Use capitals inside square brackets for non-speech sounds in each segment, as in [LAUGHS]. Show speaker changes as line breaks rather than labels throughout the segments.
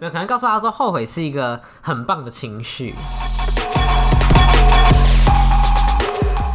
没有可能告诉他说后悔是一个很棒的情绪。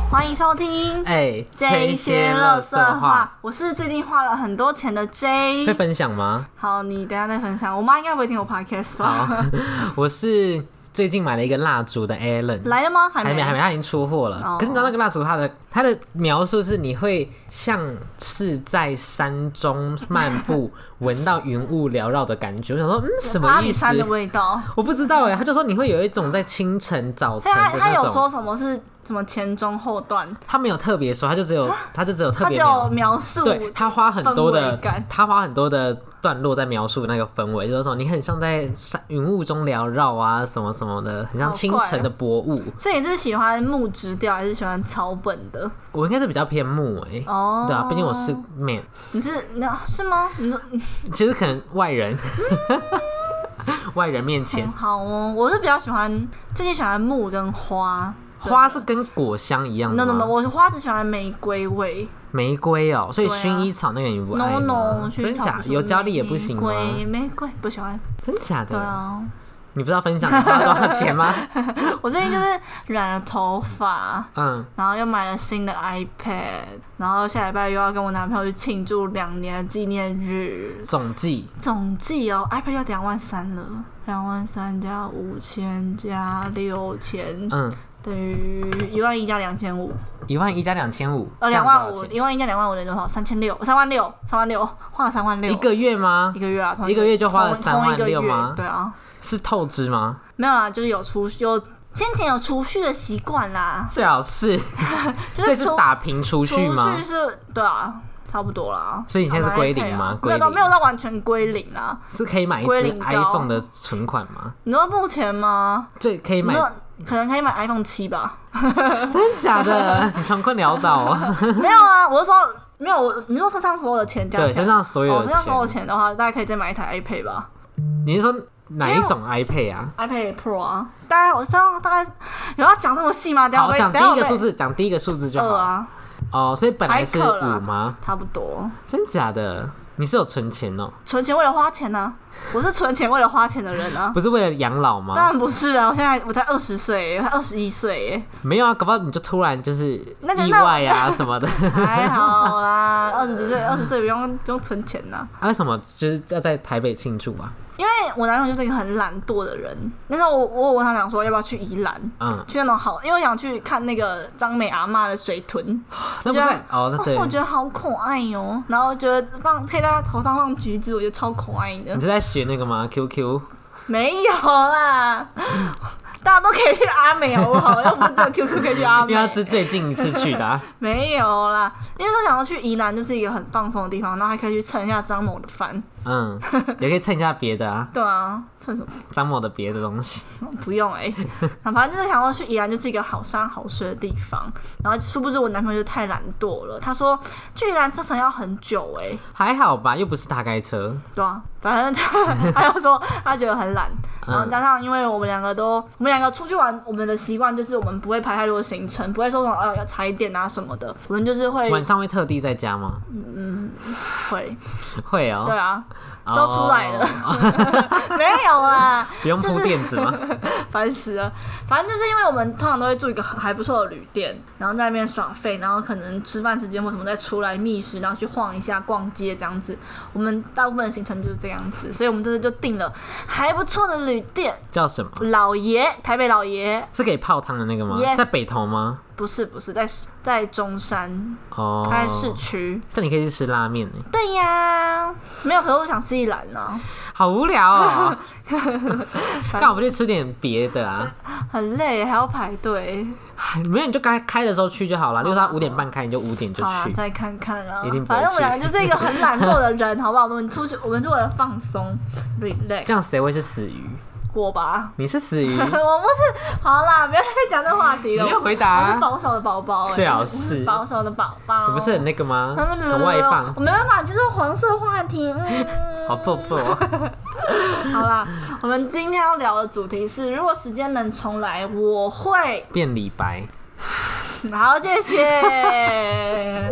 欢迎收听
哎、
这
吹
一
一
些
些乐
乐色
色
话
话，
我是最近花了很多钱的
会
J。
分享吗？
好，你等一下再分享。我妈应该不会听我 podcast 吧？
我是最近买了一个蜡烛的 Allen，
来了吗？还
还没还没，它已经出货了。
哦
可是你知道那个蜡烛它的它的描述是你会像是在山中漫
[LAUGHS]
步，闻到云雾缭绕的感觉。我想说，嗯，什
阿
么
里
意思？
山的味道。
我不知道哎，他就说你会有一种在清晨早晨
所以他
的
他
那
有
种，
说什么是什么前中后段，
他没有特别说，他就只有他就只有特
他
别
只
描
有描述
对他花很多
氛
的
围感，
他花很多的段落在描述那个氛围，就是说你很像在山云雾中缭绕啊，什么什么的，很像
好
清
怪
晨
哦
的薄雾。
所以你是喜欢木质调还是喜欢草本的？
我应该是比较偏木哎、
哦
对啊，毕竟我是 man，
你是那是吗？你说
其实可能外
[LAUGHS]
人，外人面前
嗯好哦，我是比较喜欢最近喜欢木跟花。
花是跟果香一样的
no no no，
吗
我花只喜欢玫瑰味。
玫瑰哦，所以
对啊
薰衣草那个你不爱
no
吗
no，薰衣
真
草
假
不是
有焦虑也不行吗？
玫瑰玫瑰不喜欢。
真假的？
啊对啊，
你不知道分享你花了多少钱吗？
我最近就是染了头发，
嗯，
然后又买了新的 iPad，然后下礼拜又要跟我男朋友去庆祝两年的纪念日。
总计
总计哦，iPad 要两万三了，两万三加五千加六千
嗯
等于一万一加两千五，
一万一加两千五，
呃，
这样
两万
多
五，
少钱
一万一加两万五等于多少？三千六，三万六，三万六，花了三万六，
一个月吗
一？个月啊，同
一个月就花了
同
三万
同一个
六
月
吗
对啊，
是透支吗？
没有啦，就是有储有先前有储蓄的习惯啦，
最好是，
就
所以
是
是
储
打平出
储
去吗
蓄？是，对啊，差不多啦。
所以你现在是归零吗
好蛮 iPad 啊没有
归
到
零
没有到完全归零啦。
是可以买一
归
只
零高
iPhone 的存款吗？
你说目前吗？
最可以
你
买，
说可能可以买 iPhone 七吧？ [LAUGHS]
真假的？你穷困潦倒啊！
没有啊，我是说没有，我你说身上所有的钱加起来，
对，身上所有
哦，身
的
上所有的
钱，
钱的话，大家可以再买一台 iPad 吧。
你是说哪一种 iPad 啊？
iPad Pro 啊，大概我身上大概有要讲这么细吗？等一下
好，
我
讲第
等一下
一
我
个
被
数字，讲第一个数字就
二
好。
啊，
哦，所以本来是
还可啦
五吗？
差不多。
真假的？你是有存钱哦，
存钱为了花钱呢、啊，我是存钱为了花钱的人啊。
不是为了养老吗？
当然不是啊，我现在我才二十岁，二十一岁耶，
没有啊，搞不好你就突然就是
那个
意外啊什么的。 [LAUGHS]
还好啦，二十几岁，二十岁不用不用存钱呐、
啊为什么就是要在台北庆祝啊？
因为我男朋友就是一个很懒惰的人，那时候我我有问他讲说要不要去宜兰，
嗯，
去那种好，因为我想去看那个张美阿妈的水豚，
那不是在
对啊
哦，那对
哦，我，觉得好可爱哟、然后觉得放可以在他头上放橘子，我觉得超可爱的
你。是在学那个吗？QQ
没有啦，大家都可以去阿美好不好？又不是只有 QQ 可以去阿
因为他是
美。
最近一次去的
[LAUGHS]
啊。
没有啦，因为说想要去宜兰，就是一个很放松的地方，然后还可以去蹭一下张某的饭。
嗯，也可以蹭一下别的啊，
对啊，蹭什么？
张某的别的东西。
不
[LAUGHS]
用哎、欸，反正就是想要去宜兰，就是一个好山好水的地方。然后殊不知我男朋友就太懒惰了，他说去宜兰车程要很久哎、
还好吧，又不是他开车。
对啊，反正他他又说他觉得很懒，然后
嗯
加上因为我们两个都，我们两个出去玩，我们的习惯就是我们不会排太多的行程，不会说什么呃要踩点啊什么的，我们就是会
晚上会特地在家吗？
会，
会哦，
对啊，
哦
都出来了，没有啦，
[LAUGHS] 不用铺垫子吗？
[LAUGHS] 烦死了。反正就是因为我们通常都会住一个还不错的旅店，然后在那边耍废，然后可能吃饭时间或什么再出来觅食，然后去晃一下、逛街这样子。我们大部分的行程就是这样子，所以我们这次就定了还不错的旅店。
叫什么？
老爷，台北老爷，
是可以泡汤的那个吗
Yes
在北投吗？
不是不是，在在中山，
哦，
它在市区。
但你可以去吃拉面呢，
对呀，没有，可是我想吃一兰呢、
好无聊
[LAUGHS]
哦。
正
干嘛不去吃点别的啊？
很累，还要排队。
哎没有，你就该开的时候去就好了。例如说他五点半开，你就五点就
好啦，
去。
再看看啦
一定。不会
反正我们
去
两个就是一个很懒惰的
[LAUGHS]
人，好不好？我们出去，我们是为了放松，relax
这样谁会是死鱼？
我吧。
你是死
[LAUGHS]
鱼
我，不是，好啦，不要再讲这话
嗯
题
你
了。
要回答
我是
啊。
保守的宝宝、欸，
最好
我
是
保守的宝宝。
你不是很那个吗？
他们
很外放
我，没办法，就是黄色话题。嗯
[LAUGHS] 好做作哦。
好啦， [LAUGHS] 我们今天要聊的主题是，如果时间能重来，我会。
变李白，
[LAUGHS] 好，谢谢。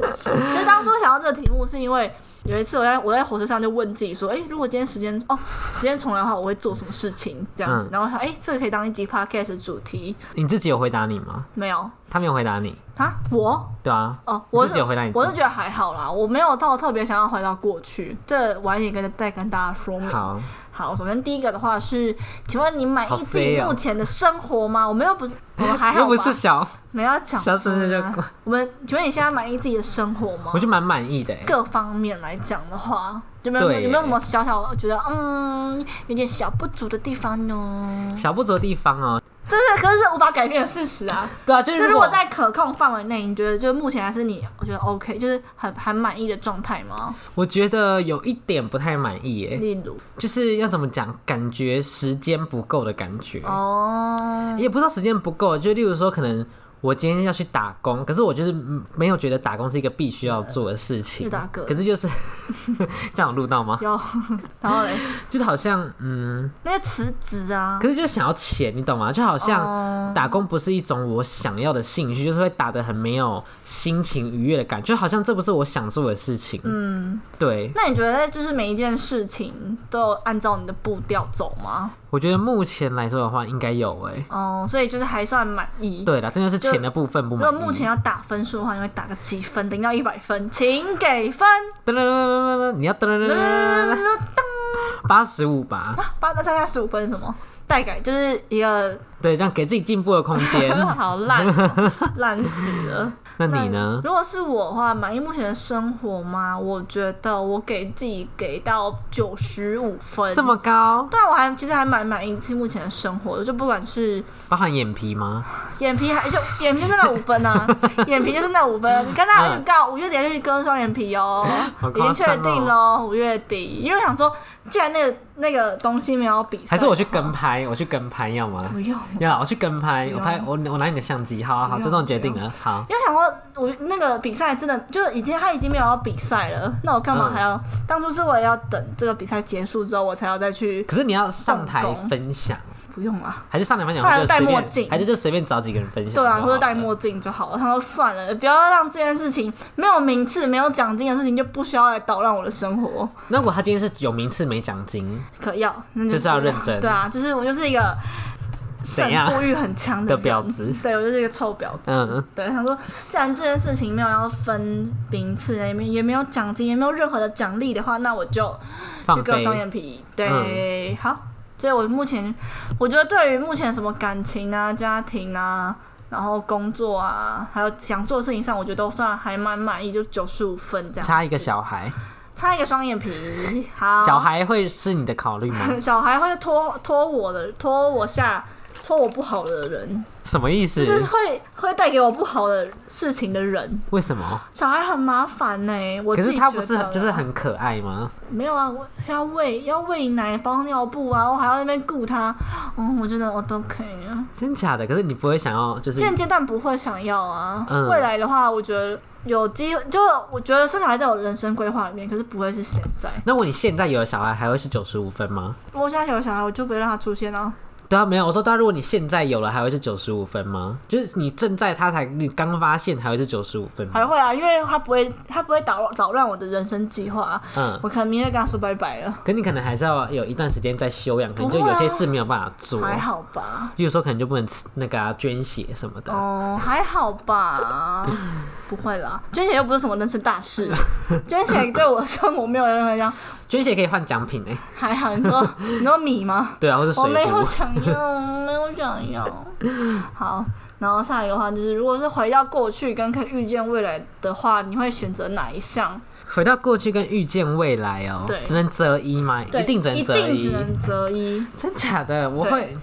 其实当初想到这个题目，是因为有一次我在我在火车上就问自己说，哎、如果今天时间哦时间重来的话，我会做什么事情这样子？
嗯
然后我想，哎、这个可以当一集 podcast 的主题，
你自己有回答你吗？
没有
他没有回答你，
啊？我
对啊，
哦，
你
我
自
是
己有回答你自己
我是觉得还好啦，我没有到特别想要回到过去，这晚一点跟再跟大家说明。
好，
好，首先第一个的话是，请问你满
好
意自己
fail
目前的生活吗？我们又不是，我们还好吧？
又不是小，
没有要讲
小声
出
就
来
过
我们请问你现在满意自己的生活吗
我？就蛮满意的欸。
各方面来讲的话，有没有
对耶
有没有什么小小觉得嗯有点小不足的地方呢？
小不足的地方哦，
这是可是无法改变的事实 [LAUGHS] 啊。
对啊，就
就是如果在可控范围内，你觉得就是目前还是你我觉得 OK，就是很很满意的状态吗？
我觉得有一点不太满意耶，
例如
就是要怎么讲，感觉时间不够的感觉，
哦，
也不知道时间不够，就例如说可能。我今天要去打工，可是我就是嗯没有觉得打工是一个必须要做的事情。
去打嗝
可是就是 [LAUGHS] 这样有录到吗？
有， [LAUGHS] 然后嘞，
就是好像嗯，
那些辞职啊，
可是就想要钱，你懂吗？就好
哦
像打工不是一种我想要的兴趣，就是会打得很没有心情愉悦的感觉，就好像这不是我想做的事情。嗯，对，
那你觉得就是每一件事情都有按照你的步调走吗？
我觉得目前来说的话，应该有哎、
哦，所以就是还算满意。
对啦，这就是钱的部分不
如
满
果
意。
目前要打分数的话，你会打个几分？零到一百分，请给分。
噔噔噔噔噔，你要噔噔
[LAUGHS]
噔噔噔，八十五吧，
八那剩下十五分是什么？代改就是一个
对，这样给自己进步的空
[LAUGHS]
间。
好烂哦，烂死了。 [LAUGHS]
那你呢？
如果是我的话，满意目前的生活吗？我觉得我给自己给到九十五分，
这么高，
对我还其实还蛮满意自己目前的生活的，就不管是
包含眼皮吗？
眼皮还就眼皮就是那五
[LAUGHS]
分啊，眼皮就是那五分。你跟大家预告，五月底要去割双眼皮哦，
好
已经
夸
确
张哦
定喽，五月底。因为想说，既然那个那个东西没有比赛
还
的话，
是我去跟拍？我去跟拍，要吗？
不用。
[LAUGHS] 要，啊我去跟拍，
不
我
用
拍，我我拿你的相机，好好好，
不
就
用
这种决定了，啊好。
因为想说，我那个比赛真的就已经他已经没有要比赛了，那我干
嗯
嘛还要？当初是为了要等这个比赛结束之后，我才要再去。
可是你要上台
动工
分享，
不
[LAUGHS]
用啦，
还是上台分享
上台
就
戴
随
墨
便
镜
还是就随便找几个人分享？
对啊，或者戴。墨镜就好了。他说算了，不要让这件事情没有名次、没有奖金的事情就不需要来捣乱我的生活。
那如果他今天是有名次没奖金
可要，那
就是要认真
对啊，就是我就是一个胜
怎样
负欲很强
的
人
婊子，
[LAUGHS] 对我就是一个臭婊子。
嗯，
对，想说，既然这件事情没有要分名次，也没也没有奖金，也没有任何的奖励的话，那我就去
放
割
飞嗯
双眼皮。对，好。所以我目前，我觉得对于目前什么感情啊、家庭啊，然后工作啊，还有想做的事情上，我觉得都算还蛮满意，就九十五分这样。
差一个小孩，
差一个双眼皮，好。
小孩会是你的考虑
[LAUGHS]
吗？
小孩会拖拖我的，拖我下，拖我不好的人，
什么意思？
就是会会带给我不好的事情的人。
为什么？
小孩很麻烦呢、我
可
自
是
己
他不是
觉得啦啊
就是很可爱吗？
没有啊，我要喂要喂奶、包尿布啊，我还要在那边顾他，嗯，我觉得我都可以啊。
真假的？可是你不会想要就是
现阶段不会想要啊，
嗯
未来的话，我觉得有机会，就我觉得生小孩在我人生规划里面，可是不会是现在。
那如果你现在有了小孩，还会是九十五分吗？
我现在有小孩，我就不会让他出现啊。
对啊，没有。我说，但如果你现在有了，还会是九十五分吗？就是你正在他才你刚发现，还会是九十五分
还
吗？
会啊，因为他不会，他不会捣捣乱我的人生计划、啊。
嗯，
我可能明天就跟他说拜拜了，
可你可能还是要有一段时间在休养，可能
不
就
会啊
有些事没有办法做，
还好吧？
例如说可能就不能吃那个、啊、捐血什么的。
哦，还好吧， [LAUGHS] 不会啦。捐血又不是什么人生大
[LAUGHS]
事，捐血对我的生活没有任何影响。
捐血可以换奖品哎、
还好，你
[LAUGHS]
说你说米吗？
对啊，或是水
我哦没有
壶。
想要，没有想要。
[LAUGHS]
好，然后下一个话就是，如果是回到过去跟可以预见未来的话，你会选择哪一项？
回到过去跟遇见未来哦、
对
只能择一吗？
对，
一嗯定只能
一
择
定只能择一。
真假的？我
对
会，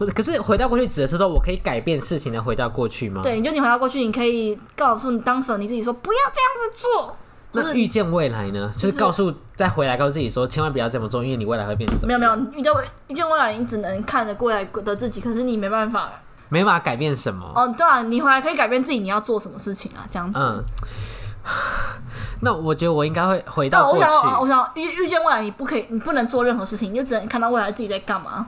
或者可是回到过去指的是说我可以改变事情的回到过去吗？。
对，你就你回到过去，你可以告诉你当时的你自己说不要这样子做，或
那
是
预见未来呢？就是告诉再回来告诉自己说，千万不要这么做，因为你未来会变成怎么
没有
样
没有，你遇到遇见未来，你只能看着未来的自己，可是你没办法。
没办法改变什么。
哦，对啊，你回来可以改变自己你要做什么事情啊，这样子。
嗯，那我觉得我应该会回
那
到
哦我
过
想要，我
去。
想要遇遇见未来，你不可以，你不能做任何事情，你就只能看哦到未来自己在干嘛，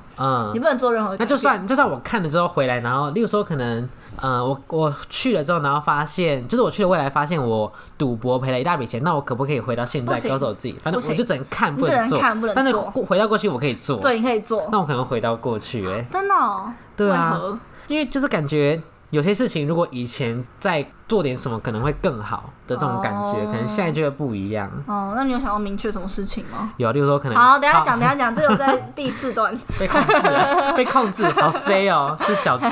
你
嗯，
不能做任何改
那
变。
就算就算我看了之后回来，然后例如说可能呃，我我去了之后，然后发现，就是我去了未来，发现我赌博赔了一大笔钱，那我可不可以回到现在
不行
告诉我自己，反正
不行
我就只能看，
你
不能
只能
做，
看不能
但是
做
过回到过去我可以做，
对，你可以做，
那我可能回到过去、欸，哎，
真的、哦，
对啊
为何
因为就是感觉有些事情如果以前再做点什么可能会更好的这种感觉，
哦
可能现在就会不一样。
哦，那你有想要明确什么事情吗？
有啊，例如说可能
好，等一下讲，等一下讲，这
[LAUGHS]
个在第四段，
被控制了， [LAUGHS] 被控制，好 C 哦，是
[LAUGHS]
小
不要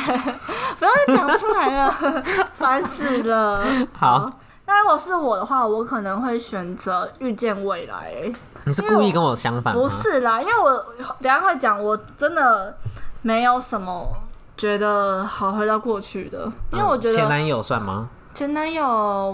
再讲出
[LAUGHS]
来了，烦死了。
好，
那如果是我的话，我可能会选择遇见未来、
你是故意跟我相反吗？
不是啦，因为我等一下会讲，我真的没有什么觉得好回到过去的，因为我觉
嗯前
得
男友算吗？
前男友，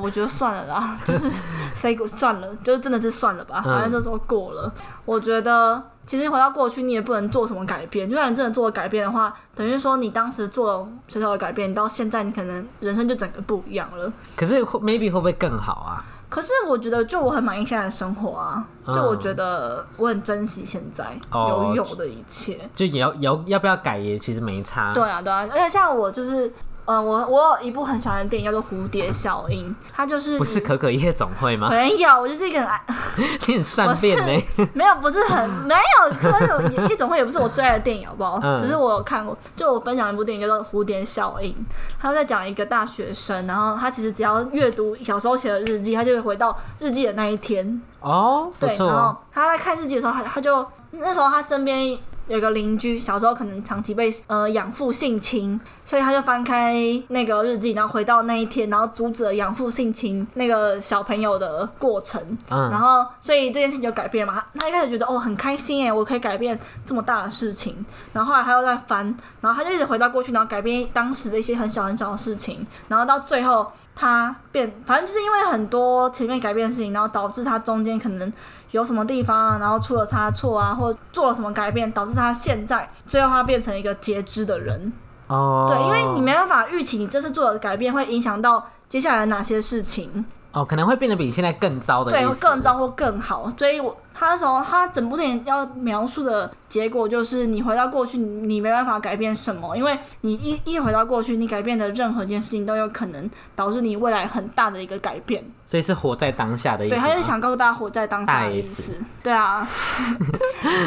我觉得算了啦，就是 [LAUGHS] 谁算了，就是真的是算了吧，
嗯
反正这时候过了。我觉得其实回到过去，你也不能做什么改变，就算你真的做了改变的话，等于说你当时做了小小的改变，你到现在你可能人生就整个不一样了。
可是会 maybe 会不会更好啊？
可是我觉得，就我很满意现在的生活啊，
嗯
就我觉得我很珍惜现在
哦
拥有的一切。
就也要要要不要改也其实没差。
对啊，对啊，而且像我就是，嗯，我我有一部很喜欢的电影叫做《蝴蝶效应》，它就是
不是可可夜总会吗？
没有，我就是一个很爱， [LAUGHS]
你很善变呢、
没有，不是很没有，可是有一种会也不是我最爱的电影，好不好？
嗯
只是我有看过，就我分享一部电影叫做《蝴蝶效应》，他在讲一个大学生，然后他其实只要阅读小时候写的日记，他就会回到日记的那一天，
哦，不
对，
错
然后
哦，
他在看日记的时候，他他就那时候他身边有个邻居，小时候可能长期被呃养父性侵，所以他就翻开那个日记，然后回到那一天，然后阻止了养父性侵那个小朋友的过程。然
嗯，
后，所以这件事情就改变了嘛。他他一开始觉得哦很开心哎，我可以改变这么大的事情。然后后来他又在翻，然后他就一直回到过去，然后改变当时的一些很小很小的事情。然后到最后他变，反正就是因为很多前面改变的事情，然后导致他中间可能有什么地方啊，然后出了差错啊，或者做了什么改变，导致他现在最后他变成一个截肢的人。
哦，
对，因为你没办法预期你这次做的改变会影响到接下来哪些事情。
哦，可能会变得比现在更糟的，
对，会更。糟或更好。所以我他那时候他整部电影要描述的结果就是，你回到过去，你你没办法改变什么，因为你一一回到过去，你改变的任何一件事情都有可能导致你未来很大的一个改变。
所以是活在当下的意思
对，
吗。
他就想告诉大家活在当下
大
的意
S
思。对啊， [LAUGHS]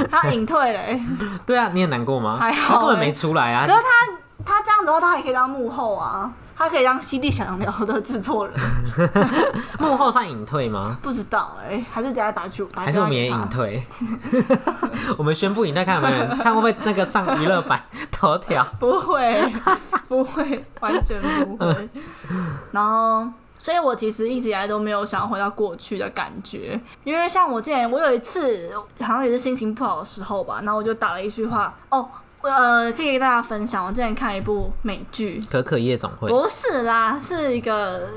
他隐退了欸、
对啊，你很难过吗？
还好
他根本
欸
没出来啊。
可是他这样子的话，他还可以当幕后啊。他可以当《西地想聊》的制作人，
[LAUGHS] 幕后算隐退吗？
不知道哎、还是等下打去打
还
电
是我
话
们也
给他
隐退？
啊
[LAUGHS] 我们宣布隐退，看有没有
[LAUGHS]
人，看会不会那个上娱乐版头条。
不会， [LAUGHS] 不会，完全不
[LAUGHS]
会。然后，所以我其实一直以来都没有想要回到过去的感觉，因为像我之前，我有一次好像也是心情不好的时候吧，然后我就打了一句话，哦，我呃，可以给大家分享，我之前看一部美剧，
可可夜总会，
不是啦，是一个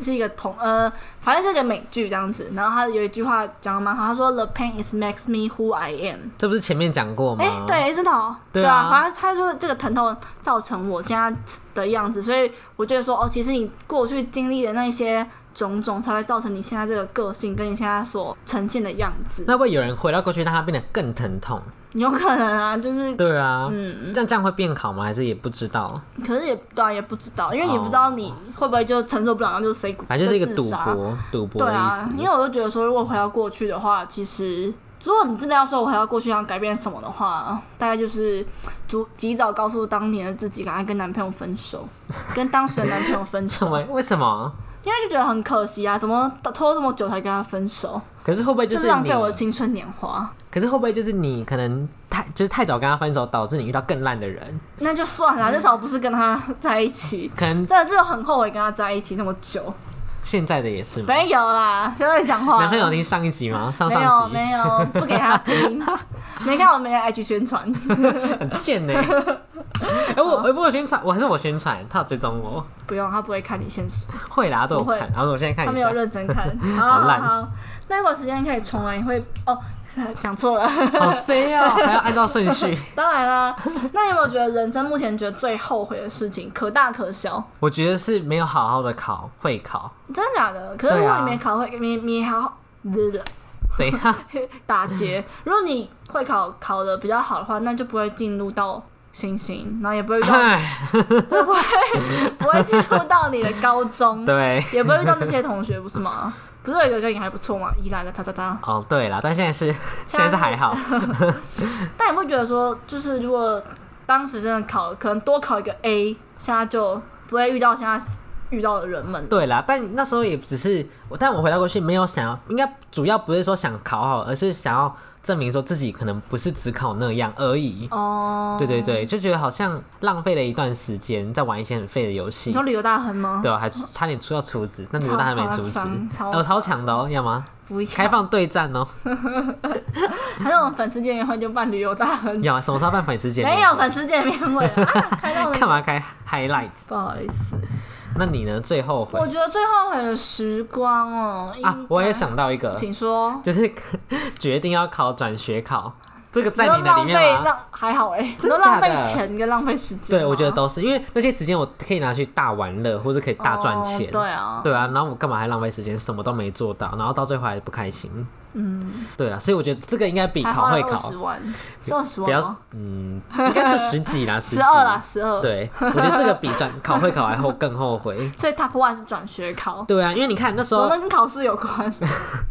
是一个同呃，反正是个美剧这样子。然后他有一句话讲的蛮好，他说 “The pain is makes me who I am”。
[LAUGHS] 这不是前面讲过吗？
哎、对，是的哦，
对啊
反正他说这个疼痛造成我现在的样子，所以我觉得说，哦，其实你过去经历的那些种种，才会造成你现在这个个性跟你现在所呈现的样子。
那会不会有人回到过去，让他变得更疼痛？
有可能啊，就是，
对啊，
嗯，
这样这样会变好吗？还是也不知道？
可是也对啊，也不知道，因为你不知道你会不会就承受不了，然后就 say
反正就是一个
就
赌
自杀啊
博，赌博
对
的
啊，
意
因
思。
为我就觉得说，如果回到过去的话，其实如果你真的要说我回到过去想改变什么的话，大概就是主及早告诉当年的自己，赶快跟男朋友分手，跟当时的男朋友
[LAUGHS]
分
什
手
么，？为什么？
因为就觉得很可惜啊，怎么拖这么久才跟他分手，
可是会不会
就是是
你？
浪费我的青春年华。
可是会不会就是你可能太就是太早跟他分手，导致你遇到更烂的人？
那就
嗯
算了，至少不是跟他在一起。
可能
真的是很后悔跟他在一起那么久，
现在的也是吗？
没有啦，不要再讲话了。
男朋友听上一集
[LAUGHS]
吗？上
没有
上
没有，不给他听，
[LAUGHS]
没看我们的 H 宣传。
集，贱
[LAUGHS]
呢、欸！哎、我我不我宣传，我还是我宣传，他有追踪我，
不用，他不会看你现实，
会啦，都有
不会
看。然后我现在
他
看一
没有
下，
认真
[LAUGHS]
看。好好
烂
好，那如果时间可以重来，你会哦，讲
[LAUGHS]
错了。
好 C 哦、还要按照顺序。 [LAUGHS]
当然啦，那你有没有觉得人生目前觉得最后悔的事情，可大可小？
我觉得是没有好好的考会考，
真的假的？可是如
对
果
啊
你没考会，你你还好。
怎
[LAUGHS]
样？
打结。如果你会考考的比较好的话，那就不会进入到星星，然后也不会遇
[LAUGHS]
到，
唉，
就不会不会进入到你的高
[LAUGHS]
中，
对，
也不会遇到那些同学，不是吗？不是有一个跟你还不错吗？依赖的叉叉叉，
哦对啦，但现
[LAUGHS]
在是现在是还好，
但你不觉得说，就是如果当时真的考，可能多考一个 A，现在就不会遇到现在遇到的人们了。
对啦，但那时候也只是，我，但我回到过去没有想要，应该主要不是说想考好，而是想要证明说自己可能不是只考那样而已。
哦，
对对，对，就觉得好像浪费了一段时间在玩一些很废的游戏
你，说旅游大亨吗？
对吧？还差点出到厨子，那你们大还没出
超夸
子
张，超
哦，超强的哦，要吗？
不要，
开放对战哦， [LAUGHS]
还有我们粉丝见面会就办旅游大亨，
要吗？什么时候办粉丝见面？
没有粉丝见面会
[LAUGHS]
啊，开到
干
了，
嘛开 highlight？
不好意思，
那你呢？最后悔
我觉得最后悔的时光哦，应
啊，我也，想到一个，
请说，
就是 [LAUGHS] 决定要考转学考，这个在
你
你
都
的里
浪费
面吗？
浪还好哎，你
真
都
的
浪
假的
费钱跟浪费时间吗，
对，我觉得都是，因为那些时间我可以拿去大玩乐，或者可以大赚钱。
哦对啊，
对啊，然后我干嘛还浪费时间，什么都没做到，然后到最后还不开心。嗯，对啊，所以我觉得这个应该比
还
考
花
会
了二
考
十万，是二十
不
万
要
吗？，
嗯，应该是十几
[LAUGHS]
啦，十
十二啦，
几。
十二。
对，我觉得这个比转考会考还后更后悔。
所以 Top One 是转学考，
对啊，因为你看那时
怎么
候
能跟考试有关？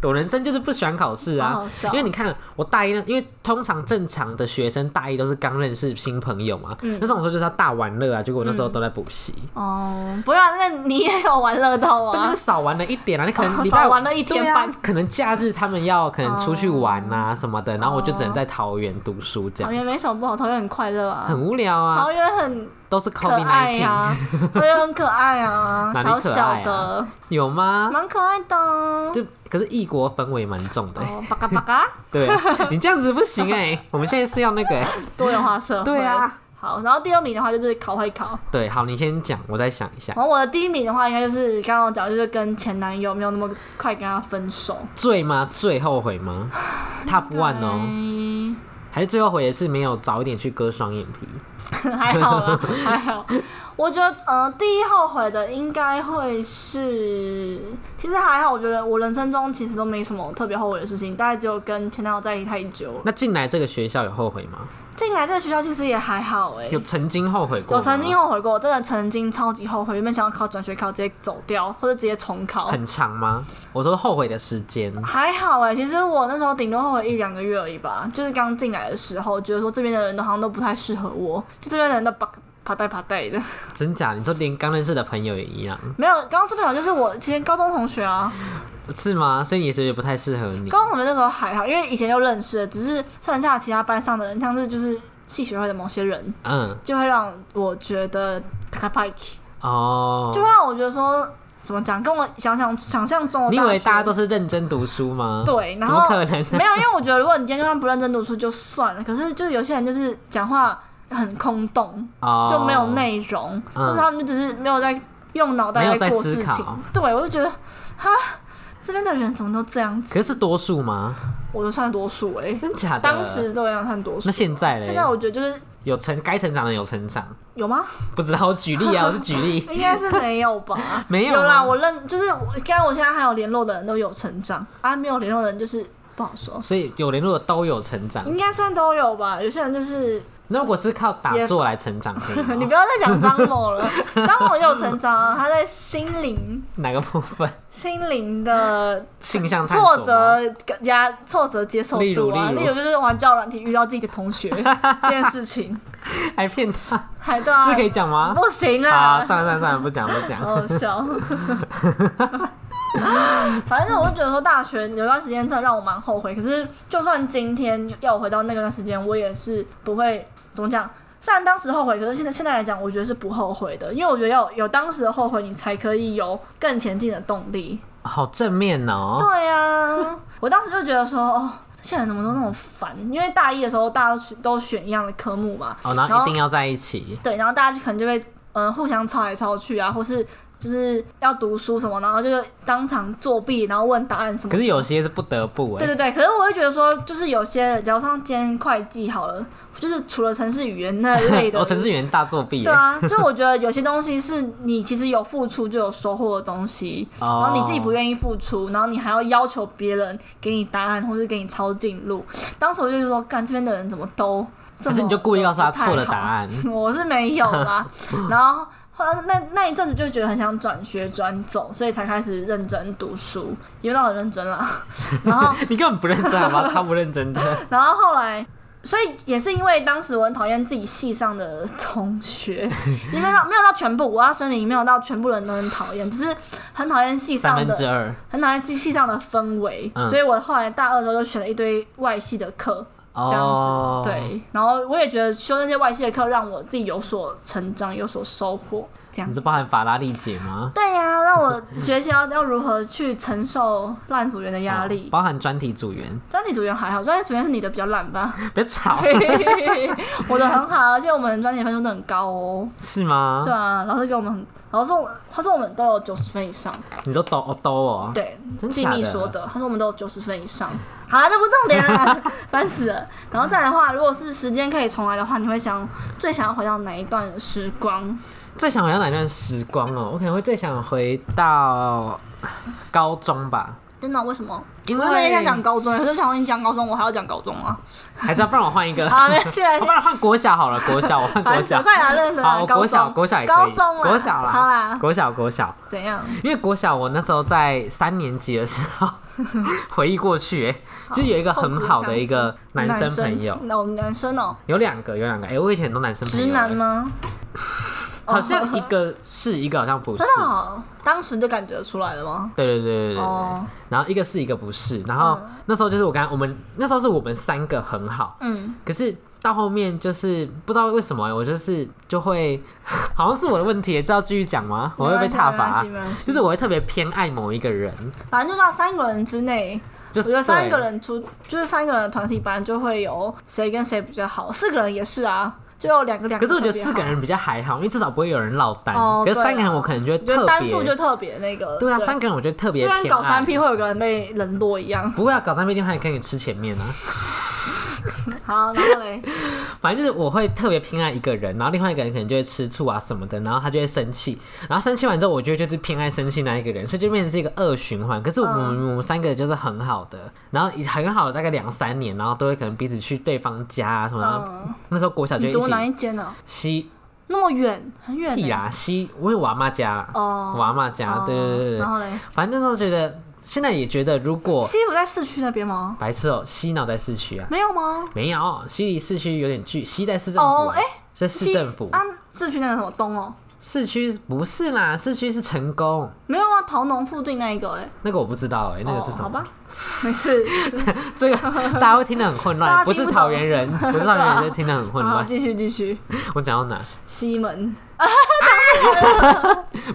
我人生就是不喜欢考试啊，
好好笑
因为你看我大一那，因为通常正常的学生大一都是刚认识新朋友嘛，
嗯
那时候我说就是要大玩乐啊，结果我那时候都在补习，
哦，不要，那你也有玩乐到
但就
啊
是？少玩了一点啊，
[LAUGHS]
你可能
哦
礼拜
少
五
玩了一天
对啊
半
可能假日他们要可能出去玩
哦
啊什么的，然后我就只能在桃园读书这
桃
样，
园没什么不好，桃园很快乐
啊
啊，
很无聊啊
哦桃，园很
都是
可爱
COVID-19，、
呀、啊，桃园很可爱
[LAUGHS]
啊，
哪里可爱
小
啊
小的，
有吗？
蛮可爱的啊。
就可是异国氛围蛮重的、欸，
哦，巴嘎巴嘎，
对啊， [LAUGHS] 你这样子不行哎、我们现在是要那个、欸，
多元化社会。
对啊。
好，然后第二名的话就是考会考，
对，好，你先讲，我再想一下，
然后我的第一名的话应该就是刚刚我讲，就是跟前男友没有那么快跟他分手。
醉吗？最后悔吗？Top one 哦，
哦，
还是最后悔也是没有早一点去割双眼皮，
[LAUGHS] 还好啦，还好。我觉得，呃，第一后悔的应该会是，其实还好。我觉得我人生中其实都没什么特别后悔的事情，大概只有跟前男友在一起太久了。
那进来这个学校有后悔吗？
进来这个学校其实也还好哎、
[LAUGHS] 有曾经后悔过
有
吗？
曾经后悔过，真的曾经超级后悔，原本想要考转学考，直接走掉或者直接重考。
很长吗？我说后悔的时间，
还好哎、其实我那时候顶多后悔一两个月而已吧，就是刚进来的时候，觉得说这边的人都好像都不太适合我，就这边的人都啪啪带啪带的。
真假？你说连刚认识的朋友也一样，
没有，刚刚这朋友就是我以前高中同学啊，
是吗？所以你觉得不太适合你？
高中同学那时候还好，因为以前就认识了，只是剩下其他班上的人，像是就是系学会的某些人，
嗯，
就会让我觉得卡派，
哦
就，会让我觉得说怎么讲，跟我想想想象中的
你以
大
为
学
大家都是认真读书吗？，
对，
怎
然
么
后
可能？
没有，因为我觉得如果你今天就算不认真读书就算了，可是就是有些人就是讲话很空洞，
哦，
就没有，内容，
嗯
或者他们就只是没有在用脑袋
没有在
过
思
事
考
情。对，我就觉得哈，这边的人怎么都这样子，
可是多数吗？
我就算多数哎、欸，
真假的？
当时都一样算多数。啊
那现在嘞？
现在我觉得就是
有成该成长的有成长，
有吗？
不知道我举
[LAUGHS]
例啊，我是举例，。
应该是没有吧
[LAUGHS] 没
有
有啊
啦，
吗
我认就是我，刚刚我现在还有联络的人都有成长啊，没有联络的人就是不好说，
所以有联络的都有成长。
应该算都有吧。有些人就是
那如果是靠打坐来成长，可以
[LAUGHS] 你
吗？
不要再讲张
[LAUGHS]
某了，张某也有成长啊，他在心灵
哪个部分？
心灵的
倾向探索
挫
吗
折加挫折接受
例
度
如
啊，
例如
例如就是玩教软体遇到自己的
[LAUGHS]
同学这件事情，
还骗他，
还对啊
这，可以讲吗？
不哦行啊
好，
啦，
算了算了算了，不讲不
好 [LAUGHS]
讲。
好笑。反正我就觉得说，大学有段时间真的让我蛮后悔。可是，就算今天要我回到那个段时间，我也是不会怎么讲。虽然当时后悔，可是现在现在来讲，我觉得是不后悔的，因为我觉得要有有当时的后悔，你才可以有更前进的动力。
好正面哦，
对啊，我当时就觉得说，哦，现在人怎么都那么烦？因为大一的时候，大家都选都选一样的科目嘛，
哦，然后一定要在一起，
对，然后大家就可能就会嗯、呃互相抄来抄去啊，或是就是要读书什么，然后就是当场作弊，然后问答案什么。
可是有些是不得不哎、
对对对，可是我会觉得说，就是有些人，假如像今天会计好了，就是除了程式语言那类的，
[LAUGHS] 哦，程序员大作弊、欸，
对啊，就我觉得有些东西是你其实有付出就有收获的东西，
[LAUGHS] 哦
然后你自己不愿意付出，然后你还要要求别人给你答案或是给你抄近路。当时我就说，干这边的人怎么都
可
这么，
是你就故意告诉他错了答。案，
[LAUGHS] 我是没有
[LAUGHS]
啦，然后后来那那一阵子就觉得很想转学转走，所以才开始认真读书，也没到很认真啦。然后
[LAUGHS] 你根本不认真好
[LAUGHS]
吗？超不认真的。
然后后来，所以也是因为当时我很讨厌自己系上的
[LAUGHS]
同学，也没有到没有到全部，我要声明没有到全部人都很讨厌，只是很讨厌系
三
上
分之
的，
二
很讨厌系系上的氛围，
嗯
所以我后来大二的时候就选了一堆外系的课。这样子，
哦，，
对，然后我也觉得修那些外系的课让我自己有所成长，有所收获，这样
你
子
是。包含法拉利姐吗？
对呀、让我学习要要如何去承受烂组员的压
[LAUGHS] 哦
力。
包含专题组
[LAUGHS]
员，
专题组员还好，专题组员是你的比较烂吧？
别吵，
[LAUGHS] 我的很好，而且我们专题分数都很高哦。
是吗？
对啊，老师给我们很，老师说我他说我们都有九十分以上，
你说兜哦兜哦，
对，
真
季
假
密
的
说的，他说我们都有九十分以上。好啊，这 [LAUGHS] 不重点了，烦死了。然后再来的话，如果是时间可以重来的话，你会想最想要回到哪一段时光？
最想回到哪段时光哦？我可能会最想回到高中吧，
真的？为什么？
因
我原本也想讲
为
高中，可是我想说你讲高中，我还要讲高中啊。
还是要不然我换一
[LAUGHS]
个，哦
好，
[LAUGHS]
啊没进来
我。不然换国小好了，国小我换国
烦死了，
小。
快来认真
好，
啊！
我
高
国小
中，
国小也可以，
高中啦，
国小啦，
好啦，
国小国小，
怎样？
因为国小我那时候在三年级的时
[LAUGHS]
候回忆过去、欸，就有一个很好的一个男生朋友，
那我们男生哦，
有两个有两个，哎、我以前很多男生朋
直
友、
男
欸
吗？哦
好像一个是一个好像不是
真，的好，当时就感觉出来了吗？
对对对对对对。
哦，
然后一个是一个不是，然后那时候就是我刚我们那时候是我们三个很好，
嗯，
可是到后面就是不知道为什么、我就是就会好像是我的问题，这要继续讲吗？我会被踏伐啊
没关系没关，系
就是我会特别偏爱某一个人，
反正就是要三个人之内，
就
我
是
觉得三
对
个人出就是三个人的团体班就会有谁跟谁比较好，四个人也是啊，就有两个两
可
个
是
特
我
别
觉
好。
得四个人比较还好，因为至少不会有人落单。
哦
可是
对啊
三个人我可能觉得
我
特别，
觉得单数就特别那个，
对啊，三个人我觉得特别
就
偏
跟
爱。
搞三 P 会有个人被冷落
[LAUGHS]
一样。
不会啊，搞三 P 就还可以吃前面啊。
好，然后嘞，
反正就是我会特别偏爱一个人，然后另外一个人可能就会吃醋啊什么的，然后他就会生气，然后生气完之后，我就就是偏爱生气那一个人，所以就变成是一个恶循环。可是我们、
嗯
我们三个就是很好的，然后也很好的大概两三年，然后都会可能彼此去对方家啊什么的。
嗯，
那时候国小就
你
会一
读哪
起
一间呢？
吸
那么远，很远
屁
欸。
啊吸，我有我阿妈家啦，
哦
我阿妈家，对对对对对
然。后嘞，
反正那时候觉得，现在也觉得，如果
西湖在市区那边吗？
白痴哦、西脑在市区啊，
没有吗？
没有，西离市区有点距，西在市政府、
哦哎
是市政府
西，啊，市区那个什么东哦，
市区不是啦，市区是成功，
没有啊，桃农附近那一个哎、
那个我不知道哎、那个是什
哦？好
么？
吧，没事。 [LAUGHS]
这个大家会听得很混
大
乱，
家
不
听不
是
懂
桃园
[LAUGHS]
人，不是桃园人
对啊
就听得很 [LAUGHS] 混
好，
乱。
继续继续。
我讲到哪？
西门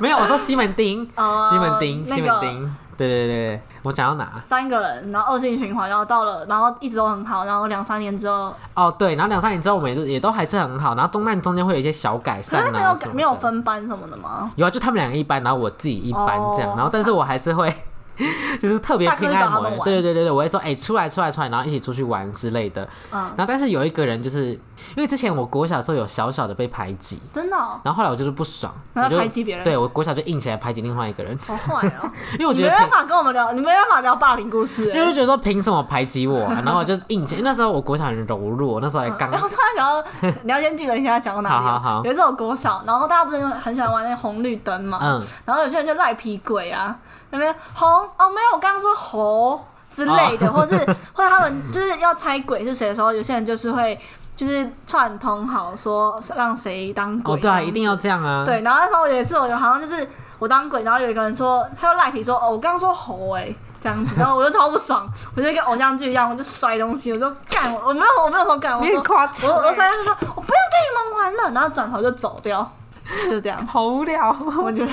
没有，我说西门町，
哦
西门町，
那
西
个
门町，对对对对，我讲到哪？
三个人，然后恶性循环，然后到了，然后一直都很好，然后两三年之后，
哦对，然后两三年之后我们也都也都还是很好，然后中难中间会有一些小改
可
善
是
啊，
没有
什么的
没有分班什么的吗？
有啊，就他们两个一班，然后我自己一班这样，
哦
然后但是我还是会 [LAUGHS] 就是特别偏爱
下课去找他
某
们
人，
玩
对对对对对，我会说哎、出来出来出来，然后一起出去玩之类的。
嗯
然，后但是有一个人就是因为之前我国小的时候有小小的被排挤，
真的哦、
然后后来我就是不爽，
然
我
后
就
排挤别人
对我国小就硬起来排挤另外一个人，
好坏哦、
因 [LAUGHS] 为我
你
觉
没 [LAUGHS]
得
办
凭。
法跟我们聊，你没办法聊霸凌故事、
因为
欸。
就觉得说凭什么排挤我、啊，然后我就硬起来。那时候我国小很柔弱，那时候还刚
嗯 [LAUGHS] 然后突然想到，你要先记得你现在讲到哪里哦。
好好好
有一次我国小，然后大家不是很喜欢玩那红绿灯嘛，
嗯，
然后有些人就赖皮鬼啊，那边红哦没有，我刚刚说猴之类
哦
的，或是 [LAUGHS] 或者他们就是要猜鬼是谁的时候，有些人就是会就是串通好说让谁当鬼，
哦对啊，
这样
一定要这样啊，
对。然后那时候有一次，我就好像就是我当鬼，然后有一个人说他就赖皮说哦我刚刚说猴哎、这样子，然后我就超不爽， [LAUGHS] 我就跟偶像剧一样，我就摔东西，我就干我，我没有我没有说干，我
你
说
很夸
我
张
我摔就说我不要跟你们玩了，然后转头就走掉。就这样。
好无聊哦，
[LAUGHS]
[LAUGHS]
我觉得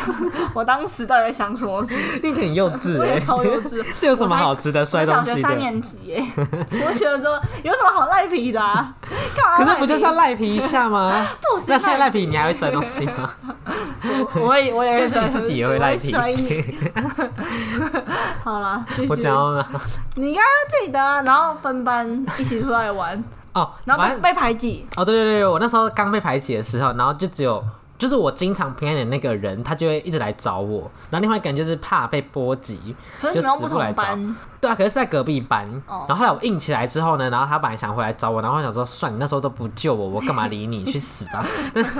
我当时到底在想什么事？
你很幼稚
[LAUGHS] 我
哎、
也超幼稚
这有什么好值得 [LAUGHS]
我
摔东
小
西
学
的？
三年级耶， [LAUGHS] 我觉得说有什么好赖皮
[LAUGHS]
的、啊？干嘛
可
赖皮？
是不就是要赖皮一下吗？
不行
[LAUGHS] 那现在赖皮你还会摔东西
[LAUGHS]
吗？
我我也我
[LAUGHS] 现
也会
在
摔，
你自己也会赖皮
我会摔
[LAUGHS]
你。好了，继续
我。讲哦到哪？
你刚刚记得啊，然后分班一起出来玩，
哦，
[LAUGHS] 然后
反
被
正
被排挤，
哦，对对对，我那时候刚被排挤的时候，然后就只有。就是我经常偏爱的那个人，他就会一直来找我。然后另外一个人就是怕被波及，
可是
就
你们又
死
不
不来
同
找。
班，
对啊，可是是在隔壁班。
哦
然后后来我硬起来之后呢，然后他本来想回来找我，然后我想说算你那时候都不救我，我干嘛理你，去死
[LAUGHS]
吧！但是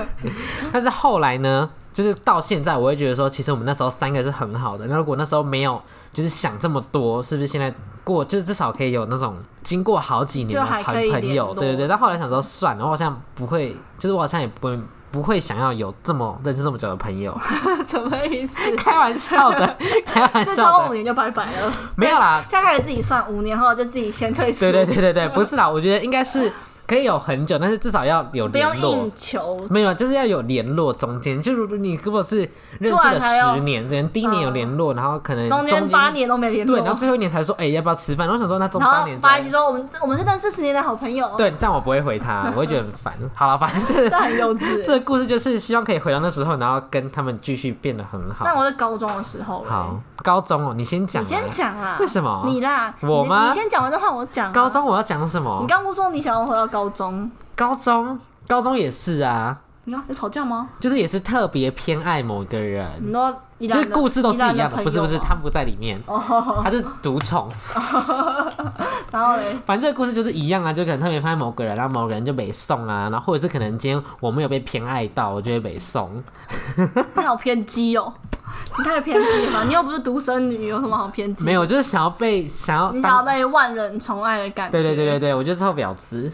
但是后来呢，就是到现在，我会觉得说，其实我们那时候三个是很好的。那如果那时候没有就是想这么多，是不是现在过就是至少可以有那种经过好几年
就
的
还
朋
可以
朋友
联，络
对对对。但后来想说算了，我好像不会，就是我好像也不会不会想要有这么认识这么久的朋
[LAUGHS]
友，
什么意
[LAUGHS]
思？
开玩笑的，开玩
[LAUGHS]
哎
就超
笑
五
的，
年就拜拜了，
没有啦，
现在开始自己算，五年后就自己先退出，
[LAUGHS] 对对对对对，
嗯
不是啦，我觉得应该是可以有很久，但是至少要有
不用
联络
硬。求。
没有，就是要有联络中间，就如果你如果是认
突
识
然
了
啊才有
十年，可能第一年有联络，然后可能
中间八年都没联
对，
络，
然后最后一年才说，哎、要不要吃饭？然后我想说，那中
然
八
后
年
八
才
一就说我们我们是认识十年的好朋友，，
对，这样我不会回
[LAUGHS]
他，我会觉得很烦。好了，反正这
这很幼稚。
这个故事就是希望可以回到那时候，然后跟他们继续变得很好。
但我在高中的时候，
好，，高中哦，你先讲
你
啊，
先讲啊，
为什么
你啦，
我
你
吗
你先讲完再换我讲啊。
高中我要讲什
你
么？
刚不是说你想要回到高中？
高中，高中也是啊，
你看有吵架吗？
就是也是特别偏爱某个人。
你说依
就
然
是故事都是一样的，不是不是，他
他
不在里面，
哦，
他是独宠。
然后嘞，
反正这个故事就是一样啊，就可能特别偏爱某个人，然后某个人就被送啊，然后或者是可能今天我没有被偏爱到，我就会被送。
你好偏激哦，你太偏激了吧，你又不是独生女，有什么好偏激？
没有，就是想要被想要
你想要
当，
被万人宠爱的感觉。
对对对对对，我就是臭婊子。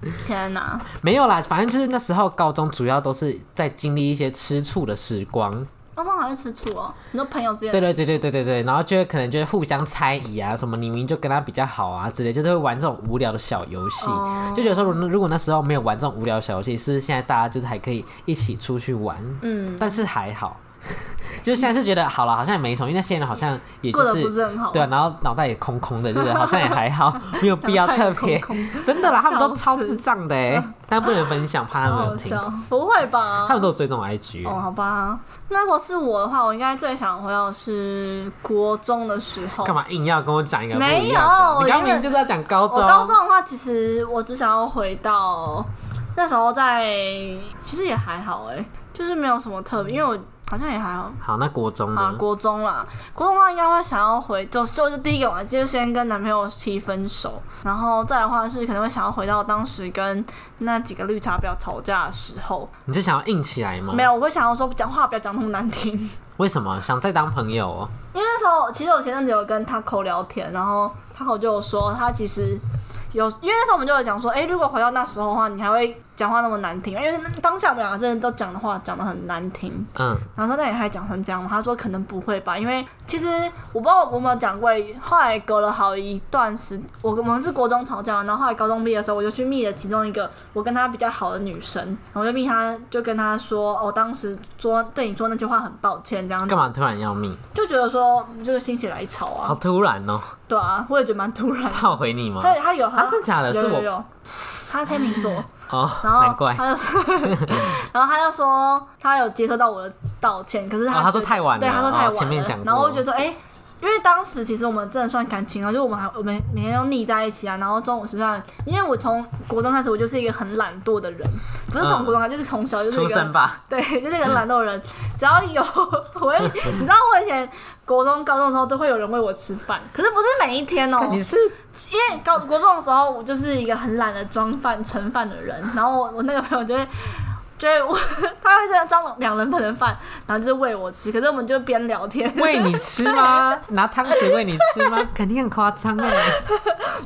对，天哪！
没有啦，反正就是那时候高中主要都是在经历一些吃醋的时光。
高中还会吃醋哦，你说朋友之间
对对对对对对对，然后就会可能就会互相猜疑啊，什么你明明就跟他比较好啊之类，就是会玩这种无聊的小游戏，
哦
就觉得说如如果那时候没有玩这种无聊的小游戏，是现在大家就是还可以一起出去玩，
嗯，
但是还好， [LAUGHS] 就是现在是觉得好了，好像也没什么，因为那些人好像也就
过得
是
不是很好
对啊，然后脑袋也空空的，就是好像也还
[LAUGHS]
好，没有必要特别
脑袋也空空，
真的啦，他们都
笑死
超智障的
[LAUGHS]
哎、但 [LAUGHS] 不能分享，怕他
好
们有
好
听，
笑，不会吧？
他们都有追踪 IG，、
哦，好吧，那如果是我的话，我应该最想回到的是国中的时候。
干嘛硬要跟我讲一个不
没
一样
有
的？你
我
刚
原
明
本
就是要讲高中，
我高中的话，其实我只想要回到那时候在，其实也还好哎、就是没有什么特别，因为我好像也还好。
好，那国中
啊，
呢？
国中啦，国中的话应该会想要回，就就就第一个嘛，就先跟男朋友提分手，然后再的话是可能会想要回到当时跟那几个绿茶婊吵架的时候，
你是想要硬起来吗？
没，有，我会想要说讲话不要讲那么难听，
为什么想再当朋友哦？
因为那时候其实我前阵子有跟 Taco 聊天，然后 Taco 就有说他其实有，因为那时候我们就有讲说，哎、如果回到那时候的话，你还会讲话那么难听吗？因为那当哎下我们两个真的都讲的话讲的很难听。
嗯，
然后说那你还讲成这样吗？他说可能不会吧，因为其实我不知道我有没有讲过，后来隔了好一段时，我我们是国中吵架嘛，然后后来高中毕业的时候，我就去密了其中一个我跟她比较好的女生，然后我就密她，就跟她说，哦，当时说对你说那句话很抱歉，这样子
干，嘛突然要命？
就觉得说就是心血来潮
好
啊，
突然哦！
对啊，我也觉得蛮突然的。
他有回你吗？
他他有他
啊真假的
有
是
有
我
有，他天
[LAUGHS]
秤座，
哦，
然后
难怪。
他
[LAUGHS]
就说，然后他就说他有接收到我的道歉，可是他、
哦他说太晚了
对，他说太晚了。
哦前面讲过
然后我就觉得哎、诶因为当时其实我们真的算感情啊，就我们还我们每天都腻在一起啊，然后中午吃饭，因为我从国中开始我就是一个很懒惰的人，不是从国中开始，就是从小就是一
出
个
生吧，
对，就是一个懒惰人，只要有我会，你知道我以前国中、高中的时候都会有人喂我吃饭，可是不是每一天哦、
你是
因为高国中的时候，我就是一个很懒得装饭盛饭的人，然后我我那个朋友就会。就会我，他会在装两人份的饭，然后就是喂我吃，可是我们就边聊天，
喂你吃
[LAUGHS]
吗？拿汤匙喂你吃吗？肯定很夸张哎。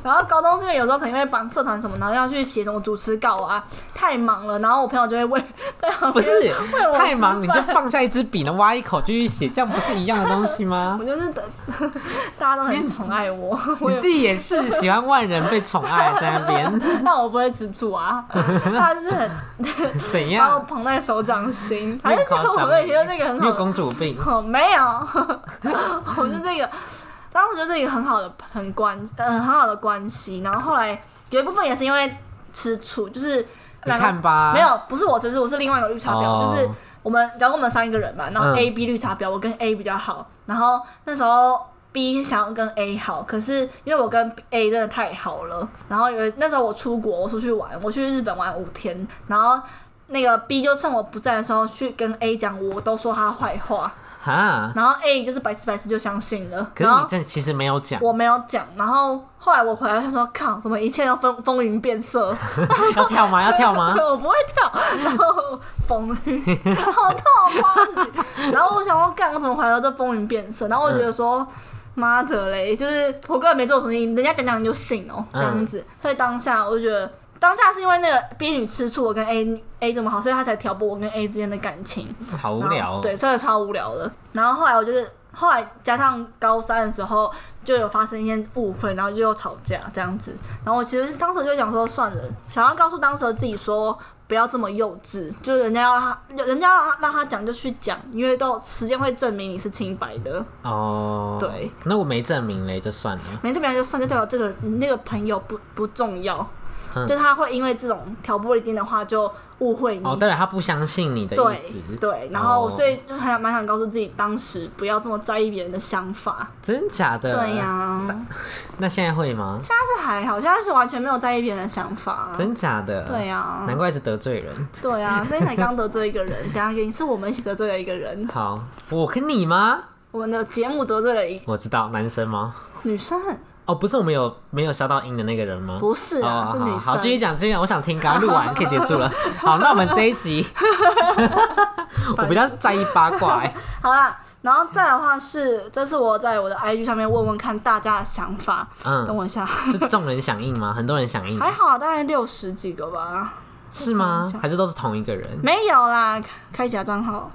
然后高中这边有时候可能会帮社团什么，然后要去写什么主持稿啊，太忙了，然后我朋友就会喂
不是
喂我
太
吃
忙，你就
饭
放下一支笔，然后挖一口继续写，这样不是一样的东西吗
我？就是等 [LAUGHS] 大家都很宠爱我， [LAUGHS] 我
你
也
自己也是喜欢万人被宠爱，在那边
但我不会吃醋啊， [LAUGHS] 他就是很
怎
[LAUGHS] 把我
样？
捧在手掌心，
没
还
有
是觉得
夸
我
张
们以前这哦个很
你有
好，
公主病，
哦，没有， [LAUGHS] 我是这个，当时就是一个很好的很关，呃，很好的关系，然后后来有一部分也是因为吃醋，就是
你
两个
看吧，
没有，不是我吃醋，我是另外一个绿茶婊，
啊哦
就是我们，假如我们三个人嘛，然后
嗯
A、B 绿茶婊，我跟 A 比较好，然后那时候 B 想要跟 A 好，可是因为我跟 A 真的太好了，然后有那时候我出国，我出去玩，我去日本玩五天，然后那个 B 就趁我不在的时候去跟 A 讲，我都说他坏话，
哈。
然后 A 就是白痴白痴就相信了，
可是
然
你
后。
这其实没有讲，
我没有讲，然后后来我回来，他说：“靠，怎么一切都风风云变色？”？
要跳吗？要跳吗
[LAUGHS] 我不会跳，然后风 [LAUGHS] 云，好痛啊！然后我想说，干，我怎么回来这风云变色？然后我觉
嗯
得说，妈的嘞，就是我根本没做什么，你人家讲讲你就信哦、这
嗯
样子。所以当下我就觉得，当下是因为那个 B 女吃醋我跟 A A 这么好，所以她才挑拨我跟 A 之间的感情。
好无
然
聊
后
哦。
对，真的超无聊的。然后后来我就是后来加上高三的时候，就有发生一些误会，然后就又吵架这样子。然后我其实当时就想说，算了，想要告诉当时的自己说。不要这么幼稚，就是人家要他，人家要让他讲就去讲，因为到时间会证明你是清白的。
哦，
对，
那我没证明嘞，就算了。
没这么样就算，就代表这个你那个朋友不不重要，
嗯
就他会因为这种挑拨离间的话就误会你。
哦，代表他不相信你的意
对
思，
嗯对，然后
哦
所以就还蛮想告诉自己，当时不要这么在意别人的想法。
真假的？
对呀、
那现在会吗？
现在是还好，现在是完全没有在意别人的想法、
真假的？
对呀嗯
难怪是得罪人。
对啊，所以才刚得罪一个人，等一下给你是我们一起得罪了一个人，
好，我跟你吗？
我们的节目得罪了一
我知道，男生吗？
女生，
哦，不是我们有没有消到音的那个人吗？
不是啊，
哦，
是
好
女
好，继续
生。
讲，继续讲，我想听，赶快录完可以结束了。好，那我们这一
[LAUGHS]
集，我比较在意八卦、
[LAUGHS]
欸，
好啦，然后再来的话是，这是我在我的 IG 上面问问看大家的想法，等
嗯，
我一下， [LAUGHS]
是众人响应吗？很多人响应，
还好啊大概六十几个吧，
是吗
我想？
还是都是同一个人？
没有啦，开开假账号，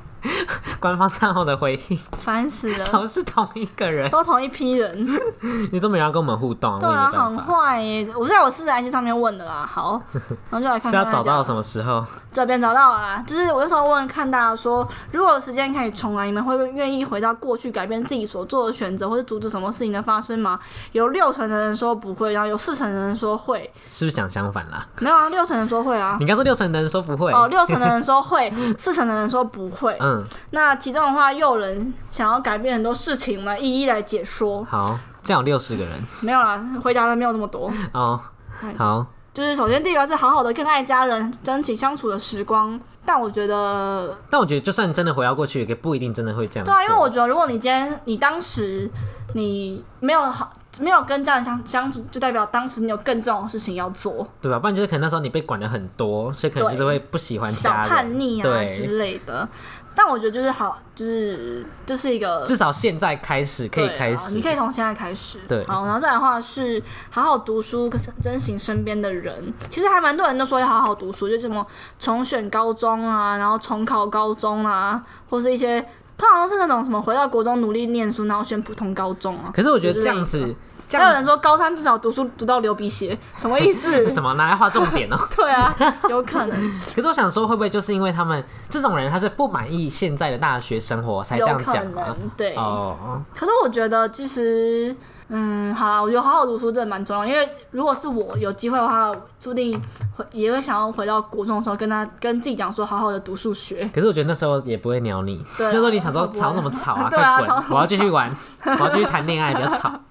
官方账号的回应 [LAUGHS]
烦死了，
都是同一个
[LAUGHS]
人，
都同一批人。
[LAUGHS] 你都没人跟我们互动，
对
我也
啊，
没办
很
法。
坏耶！我在我私人 IG 上面问的
[LAUGHS]
啦。好，然后就来看看
是要
大
找
家
到什么时候？
这边找到了啦。就是我那时候问看大家说，如果有时间可以重来，你们会不会愿意回到过去改变自己所做的选择，或是阻止什么事情的发生吗？有六成的人说不会，然后有四成的人说会，
是不是想相反啦？
没有啊，六成的人说会
[LAUGHS]
啊。
你刚说六成的人说不会，
哦，六成的人说会，四成的人说不会。
嗯，
那其中的话，又有人想要改变很多事情嘛，一一来解说。
好，这样有六十个人
没有啦，回答的没有这么多。
哦
哎。
好，
就是首先第一个是好好的更爱家人，珍惜相处的时光。但我觉得，
但我觉得就算真的回到过去，也不一定真的会这样
对啊，因为
做
我觉得如果你今天你当时你没有好没有跟家人相相处，就代表当时你有更重要的事情要做，
对吧？不然就是可能那时候你被管的很多，所以可能
对
就是会不喜欢
小
家人，
叛逆啊
对，
之类的。但我觉得就是好，就是这、是一个
至少现在开始可以
对啊
开始，
你可以从现在开始。
对
好，然后再来的话是好好读书，可是珍惜身边的人。其实还蛮多人都说要好好读书，就什么重选高中啊，然后重考高中啊，或是一些通常都是那种什么回到国中努力念书，然后选普通高中啊。
可是我觉得这样
之类
子
的。，
这
还有
样
人说高三至少读书读到流鼻血，什么意
[LAUGHS] ？
思
什么拿来画重点哦、
对
[LAUGHS]
啊，有可能，
可是我想说，会不会就是因为他们这种人，他是不满意现在的大学生活才这
有
样
可
讲啊？
能，对。
哦，
可是我觉得其实，嗯，好啦，我觉得好好读书真的蛮重要，因为如果是我有机会的话，注定回也会想要回到国中的时候，跟他跟自己讲说，好好的读
[LAUGHS]
数学。
可是我觉得那时候也不会鸟你，
[LAUGHS] 对啊
那时候你想说
我不会
吵什么吵
[LAUGHS]
啊，
对啊
快
吵什么
滚！我要继续玩，我要继续谈恋爱，不要吵。 [LAUGHS]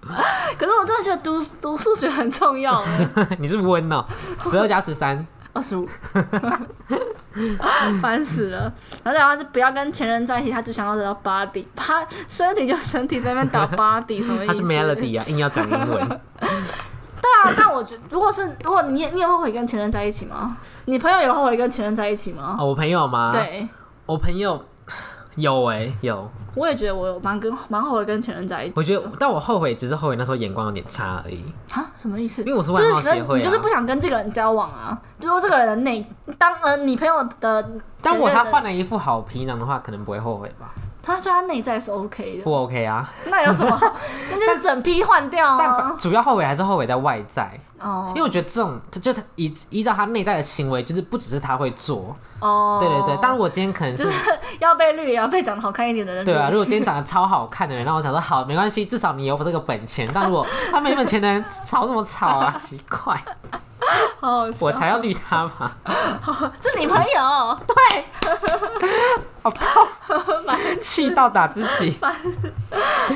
可是我真的觉得读读数学很重要欸，
你是温哦、十二加十三，
二十五，烦死了。然后再来的话是不要跟前任在一起，他只想要得到 body，他身体就身体在那边打 body，什么意思？
他是 melody 啊，硬要讲英
[LAUGHS]
文。
对啊，但我觉得如果是如果你也你也后悔跟前任在一起吗？你朋友有后悔跟前任在一起吗？
哦，我朋友吗？， [SIGHS]
对，
我朋友有哎、有，
我也觉得我有蛮跟蛮后悔跟前任在一起的。
我觉得，但我后悔只是后悔那时候眼光有点差而已。
啊，什么意思？
因为我是
就是
外貌
可能
协会啊
你就是不想跟这个人交往啊。就说这个人的内，当呃你朋友的前任的，
但如果他换了一副好皮囊的话，可能不会后悔吧？
他说他内在是 OK
[LAUGHS]
的，
不 OK 啊？
那有什么？ [LAUGHS] 那就是整批换掉
但
啊。
主要后悔还是后悔在外在，
哦
因为我觉得这种就就他依依照他内在的行为，就是不只是他会做，
哦，
对对对。 [LAUGHS] 但如果今天可能是
要被绿，也要被长得好看一点的人绿。
[LAUGHS] 对啊，如果今天长得超好看的人，让我想说好，没关系，至少你有这个本钱。但如果他没本钱的人，吵什么吵啊？奇
[LAUGHS]
怪，
好好笑
我才要绿他嘛。
[LAUGHS] 是你朋
[LAUGHS]
友，
好痛，气到打自
[LAUGHS]
己。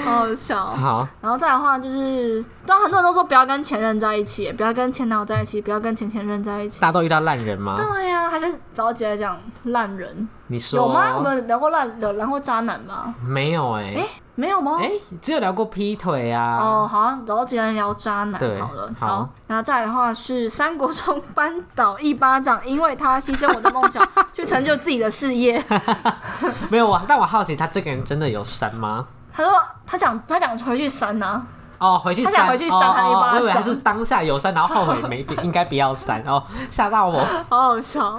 好好笑。
好，
然后再来的话就是，对啊，很多人都说不要跟前任在一起，不要跟前男友在一起，不要跟前前任在
[LAUGHS]
一起
大。家都遇到烂人吗？
对呀、还是早起来讲烂人
你说
有吗？我们聊过烂，有聊过渣男吧？
没有哎、
哎、没有吗？
哎、只有聊过劈腿啊。
哦，好像早起来聊渣男
对
好了。
好
好，然后再来的话是三国中扳倒一巴掌，因为他牺牲我的梦想去成就自己的
[LAUGHS]
事业。
没有啊，但我好奇他这个人真的有删吗？
他说他讲他讲回去删呐、啊，
哦，回去
他
删，
想回去删
哦
他一
哦
巴掌
我以为他是当下有删，然后后悔没应该不要删哦，吓到我。 [LAUGHS]
好好笑。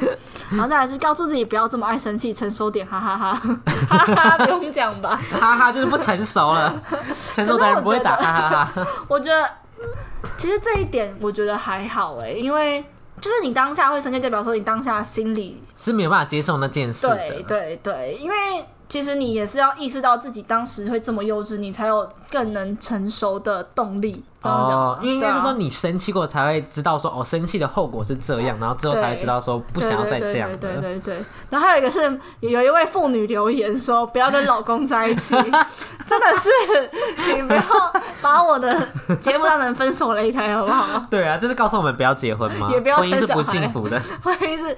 然后再来是告诉自己不要这么爱生气，成熟点，哈哈哈，哈哈，不用讲吧。
哈哈，就是不成熟
[LAUGHS]
了，成熟的人不会打
可是
哈哈哈。
我觉得嗯其实这一点我觉得还好哎、因为就是你当下会生气，代表说你当下心里
是没有办法接受那件事的。
对对对，因为其实你也是要意识到自己当时会这么幼稚，你才有更能成熟的动力。这样讲
哦，
吗、
因为应该是
对
说
啊
你生气过才会知道说哦，生气的后果是这样，然后之后才会知道说不想要再这样
对对对
了。
对对对然后还有一个是有一位妇女留言说不要跟老公在
[LAUGHS]
一起，真的是，请不要把我的节目当成分手擂台好不好？
对啊，这是告诉我们不要结婚吗？
也不要
婚姻
生
是
小
不
孩
幸福
[LAUGHS]
的。
婚姻是，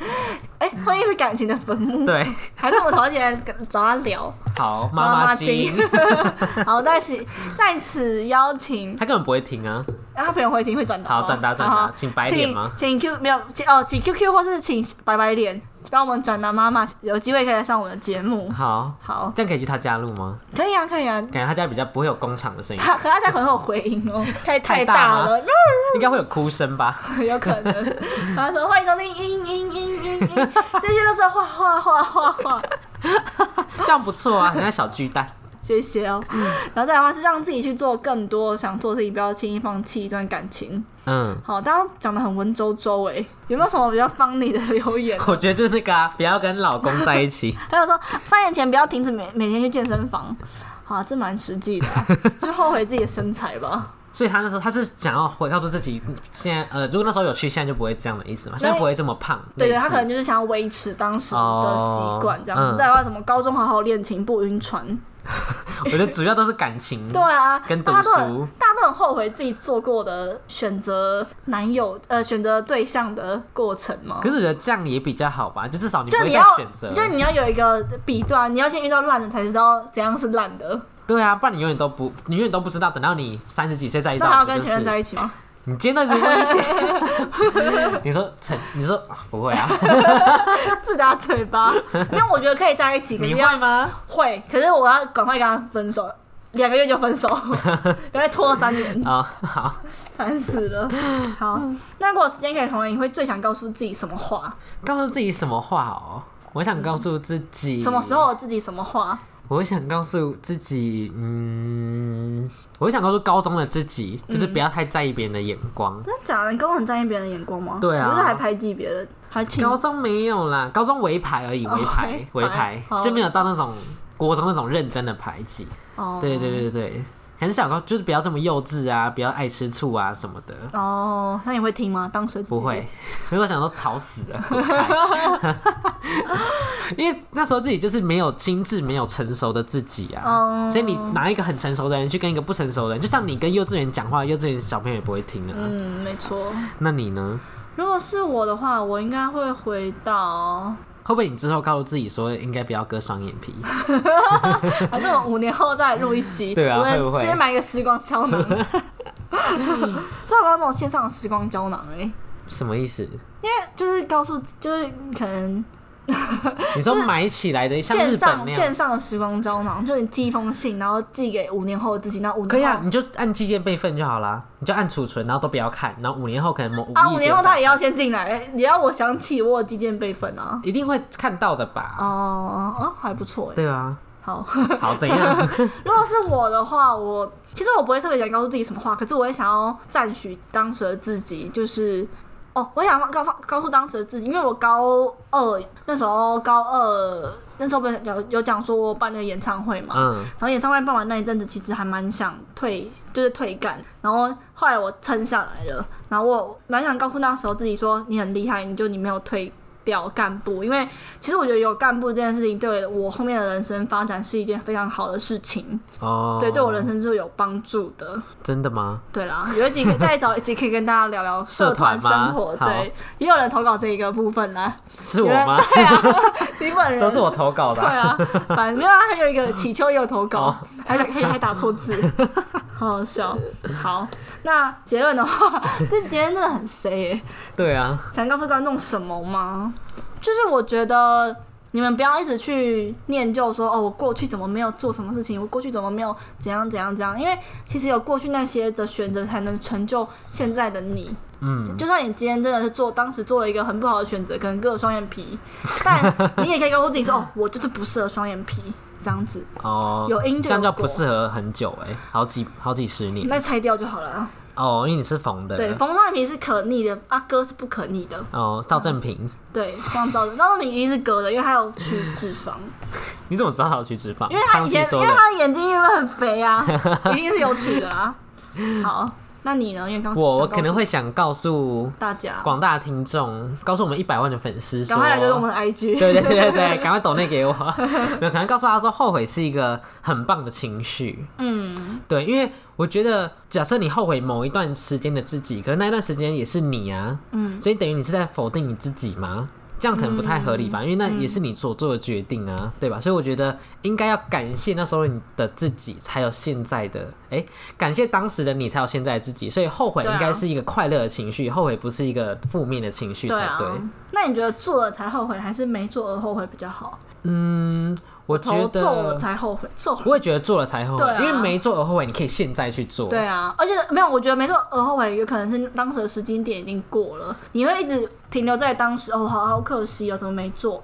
哎、婚姻是感情的坟墓，
对，
还是我们早起来跟找他聊？
好，妈妈
经
经，，
[LAUGHS] 好，在此在此邀请，
[LAUGHS] 他根本不会听啊。
啊他朋友会听会转达吗，
好，转达转
好
达
好，
请白脸吗？
请请 Q 没有，请哦，请 QQ 或是请白白脸帮我们转达妈妈，有机会可以来上我们的节目。
好，
好，
这样可以去他家录吗？
可以啊，可以啊。
感觉他家比较不会有工厂的声音，
他可他家可能会有回
[LAUGHS]
音哦，太
太大
大
吗
了， [LAUGHS]
应该会有哭声吧？
有可能。他说欢迎收听，音音音音音，这些都是画画画画画。
[LAUGHS] 这样不错啊，很像小巨蛋。
谢谢哦。
嗯
然后再来的话是让自己去做更多想做的事情，不要轻易放弃一段感情。
嗯，
好，大家都讲的很文绉绉哎，有没有什么比较方你的留言？
我觉得就是那个啊，不要跟老公在一起。 [LAUGHS]
还有说三年前不要停止每每天去健身房，好，这蛮实际的
[LAUGHS]
啊、就后悔自己的身材吧。
所以他那时候他是想要回告诉自己，现在呃，如果那时候有去，现在就不会这样的意思嘛，现在不会这么胖。
对
类
对，
似
他可能就是想要维持当时的习惯这样。
哦嗯
再来的话什么高中好好练琴不晕船，
我觉得主要都是感情。
对啊，
跟读
大家都很
书
大家都很后悔自己做过的选择男友呃选择对象的过程嘛。
可是我觉得这样也比较好吧，就至少你不
就
会
你
再
要
选择，。
就你要有一个比对啊，你要先遇到烂的才知道怎样是烂的。
对啊，不然你永远都不，你永远都不知道，等到你三十几岁再遇
那还
到
要
不就
啊跟
是，
前任在一起吗？
你今天在危险。
[LAUGHS]
你说陈，你说啊不会啊， [LAUGHS]
自打嘴巴，因为我觉得可以在一起，可是
你
要
会吗？
会，可是我要赶快跟他分手，两个月就
[LAUGHS]
分手，不要拖了三年，
啊、好，
烦死了。好，那如果有时间可以重来，你会最想告诉自己什么话？
告诉自己什么话哦？我想告诉自己，
什么时候自己什么话？
我想告诉自己，嗯，我想告诉高中的自己，就是不要太在意别人的眼光。
真的假的？你跟我很在意别人的眼光吗？
对啊
你不是还排挤别人，还请
高中没有啦，高中围牌而已，
哦
围牌，
围
围
牌
牌
好
就没有到那种国中那种认真的排挤。
哦，
对对对对对，很想告，就是不要这么幼稚啊，不要爱吃醋啊什么的。
哦，那你会听吗？当时自己
不会，可是我想说吵死了，滚开 [LAUGHS] 因为那时候自己就是没有精致、没有成熟的自己啊，
嗯
所以你拿一个很成熟的人去跟一个不成熟的人，就像你跟幼稚园讲话，幼稚园小朋友也不会听啊。
嗯，没错。
那你呢？
如果是我的话，我应该会回到，
会不会你之后告诉自己说应该不要割双眼皮？
还是我五年后再录一
[LAUGHS]
集？
对啊
我们
会不会
直接买一个时光胶
[LAUGHS]
囊。对，我要那种线上的时光胶囊哎、欸
什么意思？
因为就是告诉，就是可能
你说买起来的，像
线
日本
上
那
线
样，
上的时光胶囊，就你寄一封信，然后寄给五年后的自己，那五
可以
年
啊，
后
你就按寄件备份就好啦，你就按储存，然后都不要看，然后五年后可能某无
啊，
意
五
间
年后
打
他也要先进来，欸也要我想起我有寄件备份啊。
一定会看到的吧？
哦哦，哦还不错哎。
对啊，
好，
好怎
[LAUGHS]
样？
如果是我的话，我其实我不会特别想告诉自己什么话，可是我也想要赞许当时的自己，就是。哦，我想告告诉当时的自己，因为我高二那时候高二那时候不是有有讲说我办那个演唱会嘛，
嗯，
然后演唱会办完那一阵子，其实还蛮想退，就是退干。然后后来我撑下来了，然后我蛮想告诉那时候自己说，你很厉害，你就你没有退掉干部，因为其实我觉得有干部这件事情对我后面的人生发展是一件非常好的事情，
哦，
对，对我人生是有帮助的。
真的吗？
对啦，有一集可以再找一集可以跟大家聊聊
[LAUGHS] 社团
团
吗
生活，
好
对，也有人投稿这一个部分啦， [LAUGHS]
是我
有人
吗？
对啊，你本
[LAUGHS]
人
都是我投稿的
对
啊、
啊，反正没有啊还有一个祈秋也有投稿，还还还打错字，好好笑。好，那结论的话， [LAUGHS] 这结论真的很欸 C 耶、
对啊，
想告诉观众什么吗？就是我觉得你们不要一直去念旧说哦，我过去怎么没有做什么事情，我过去怎么没有怎样怎样怎样，因为其实有过去那些的选择，才能成就现在的你。
嗯，
就算你今天真的是做，当时做了一个很不好的选择，可能割了双眼皮，但你也可以告诉自己说，哦，我就是不适合双眼皮这样子，
哦，
有因就
这
有
样叫
果
不适合很久哎、好几好几十年
那拆掉就好了。
哦，因为你是缝的，
对，缝双眼皮是可逆的，啊，割是不可逆的。
哦，赵正平， [LAUGHS]
对，这样造成，赵正明一定是割的，因为他有去脂肪，
你怎么知道他有去脂肪？
因为他
康
以
熙
前，因
说
为
的，
他的眼睛因为很肥
[LAUGHS]
啊，一定是有取的啊。好，那你呢？因为刚
我我
刚
可能会想告诉
大家，
广大听众，告诉我们一百万的粉丝说
赶快来追踪我们的
[LAUGHS]
IG。
对对对对，赶快抖内给我。 [LAUGHS] 没有，可能告诉他说，后悔是一个很棒的情绪。
嗯，
对，因为我觉得，假设你后悔某一段时间的自己，可是那段时间也是你啊，
嗯，
所以等于你是在否定你自己吗？这样可能不太合理
嗯
吧，因为那也是你所做的决定啊，对吧？所以我觉得应该要感谢那时候你的自己，才有现在的，哎、感谢当时的你，才有现在的自己。所以后悔
对啊
应该是一个快乐的情绪，后悔不是一个负面的情绪才
对啊
对。。
那你觉得做了才后悔，还是没做而后悔比较好？
嗯，我觉
头
得
做了才后悔，做
我也觉得做了才后悔，
对啊
因为没做而后悔，你可以现在去做。
对啊，而且没有，我觉得没错，而后悔有可能是当时的时间点已经过了，你会一直停留在当时，哦，好好可惜哦，怎么没做？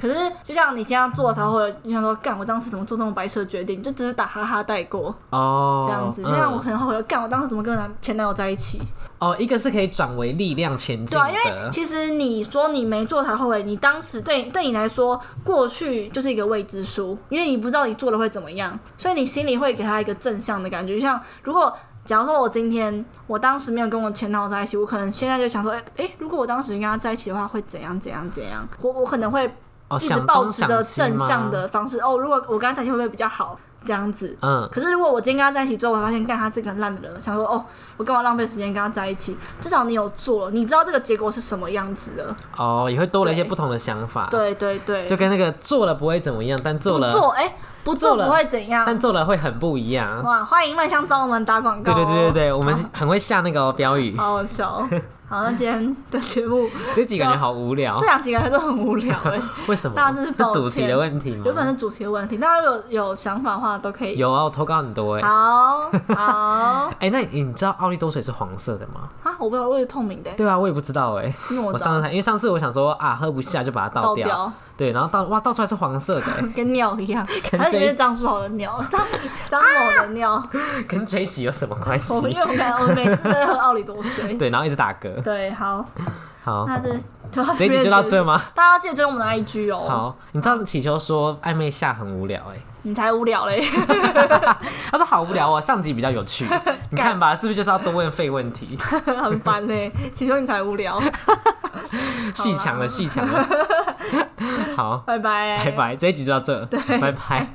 可是就像你现在做了才后悔，你想说，干，我当时怎么做那种白痴的决定？就只是打哈哈带过
哦，
这样子，就像我很后悔，干，我当时怎么跟男前男友在一起？
嗯哦，一个是可以转为力量前进
对啊，因为
的，
其实你说你没做才后悔，你当时对对你来说，过去就是一个未知数，因为你不知道你做了会怎么样，所以你心里会给他一个正向的感觉。就像如果假如说我今天我当时没有跟我前男友在一起，我可能现在就想说，哎、哎、如果我当时跟他在一起的话，会怎样怎样怎样？我我可能会
哦，
一直
想
保
东
持
想
着
西
正向
吗？
的方式。哦，如果我跟他在一起会不会比较好？这样子，
嗯，
可是如果我今天跟他在一起之后，我发现干他是个很烂的人，想说哦，我干嘛浪费时间跟他在一起？至少你有做了，你知道这个结果是什么样子的。
哦，也会多了一些
对
不同的想法。，
对对对，
就跟那个做了不会怎么样，但做
不
了
做哎、不
做
做
了
不会怎样
但。做了会很不一样。
哇，欢迎麦香找我们打广告、
对
哦。
对对对对，我们很会下那个哦标语，
好好笑哦、 [LAUGHS] 好，那今天的节目
这集感觉好无聊
这，两集感觉都很无聊
[LAUGHS]
哎、
为什么？
大家就是抱
主题
歉
的问题吗？
有可能是主题的问题，大家如果有有想法的话都可以。
有啊，我投稿很多哎。
好好
哎，那你知道奥利多水是黄色的吗？
啊，我
[LAUGHS]
不知道，我以为透明的、欸，
对啊，我也不知道哎。
那我
我
知
上
道
次才因为上次我想说啊，喝不下就把它倒
倒
掉，
掉。
对，然后倒哇倒出来是黄色的
[LAUGHS]
欸、
跟尿一
[LAUGHS]
样，
跟
还是
这
里
一
面是张书豪的尿，张张某的尿。
跟这一集有什么
[LAUGHS]
关系
我？们因为我们感觉我们每次都在喝奥利多水。
对，然后一直打嗝。
对，好，
好，
那这就到
这一集
边
就到
结束
这。吗？
大家记得追踪我们的 IG 哦。，
好，你知道祈求说暧昧下很无聊哎、
你才无聊嘞。 [LAUGHS]
他说好无聊哦，上集比较有趣，你看吧，是不是就是要多问废问题？
很烦呢、其实你才无聊。
细强了，细强了。好，
拜拜，
拜拜，这一集就到这，拜拜。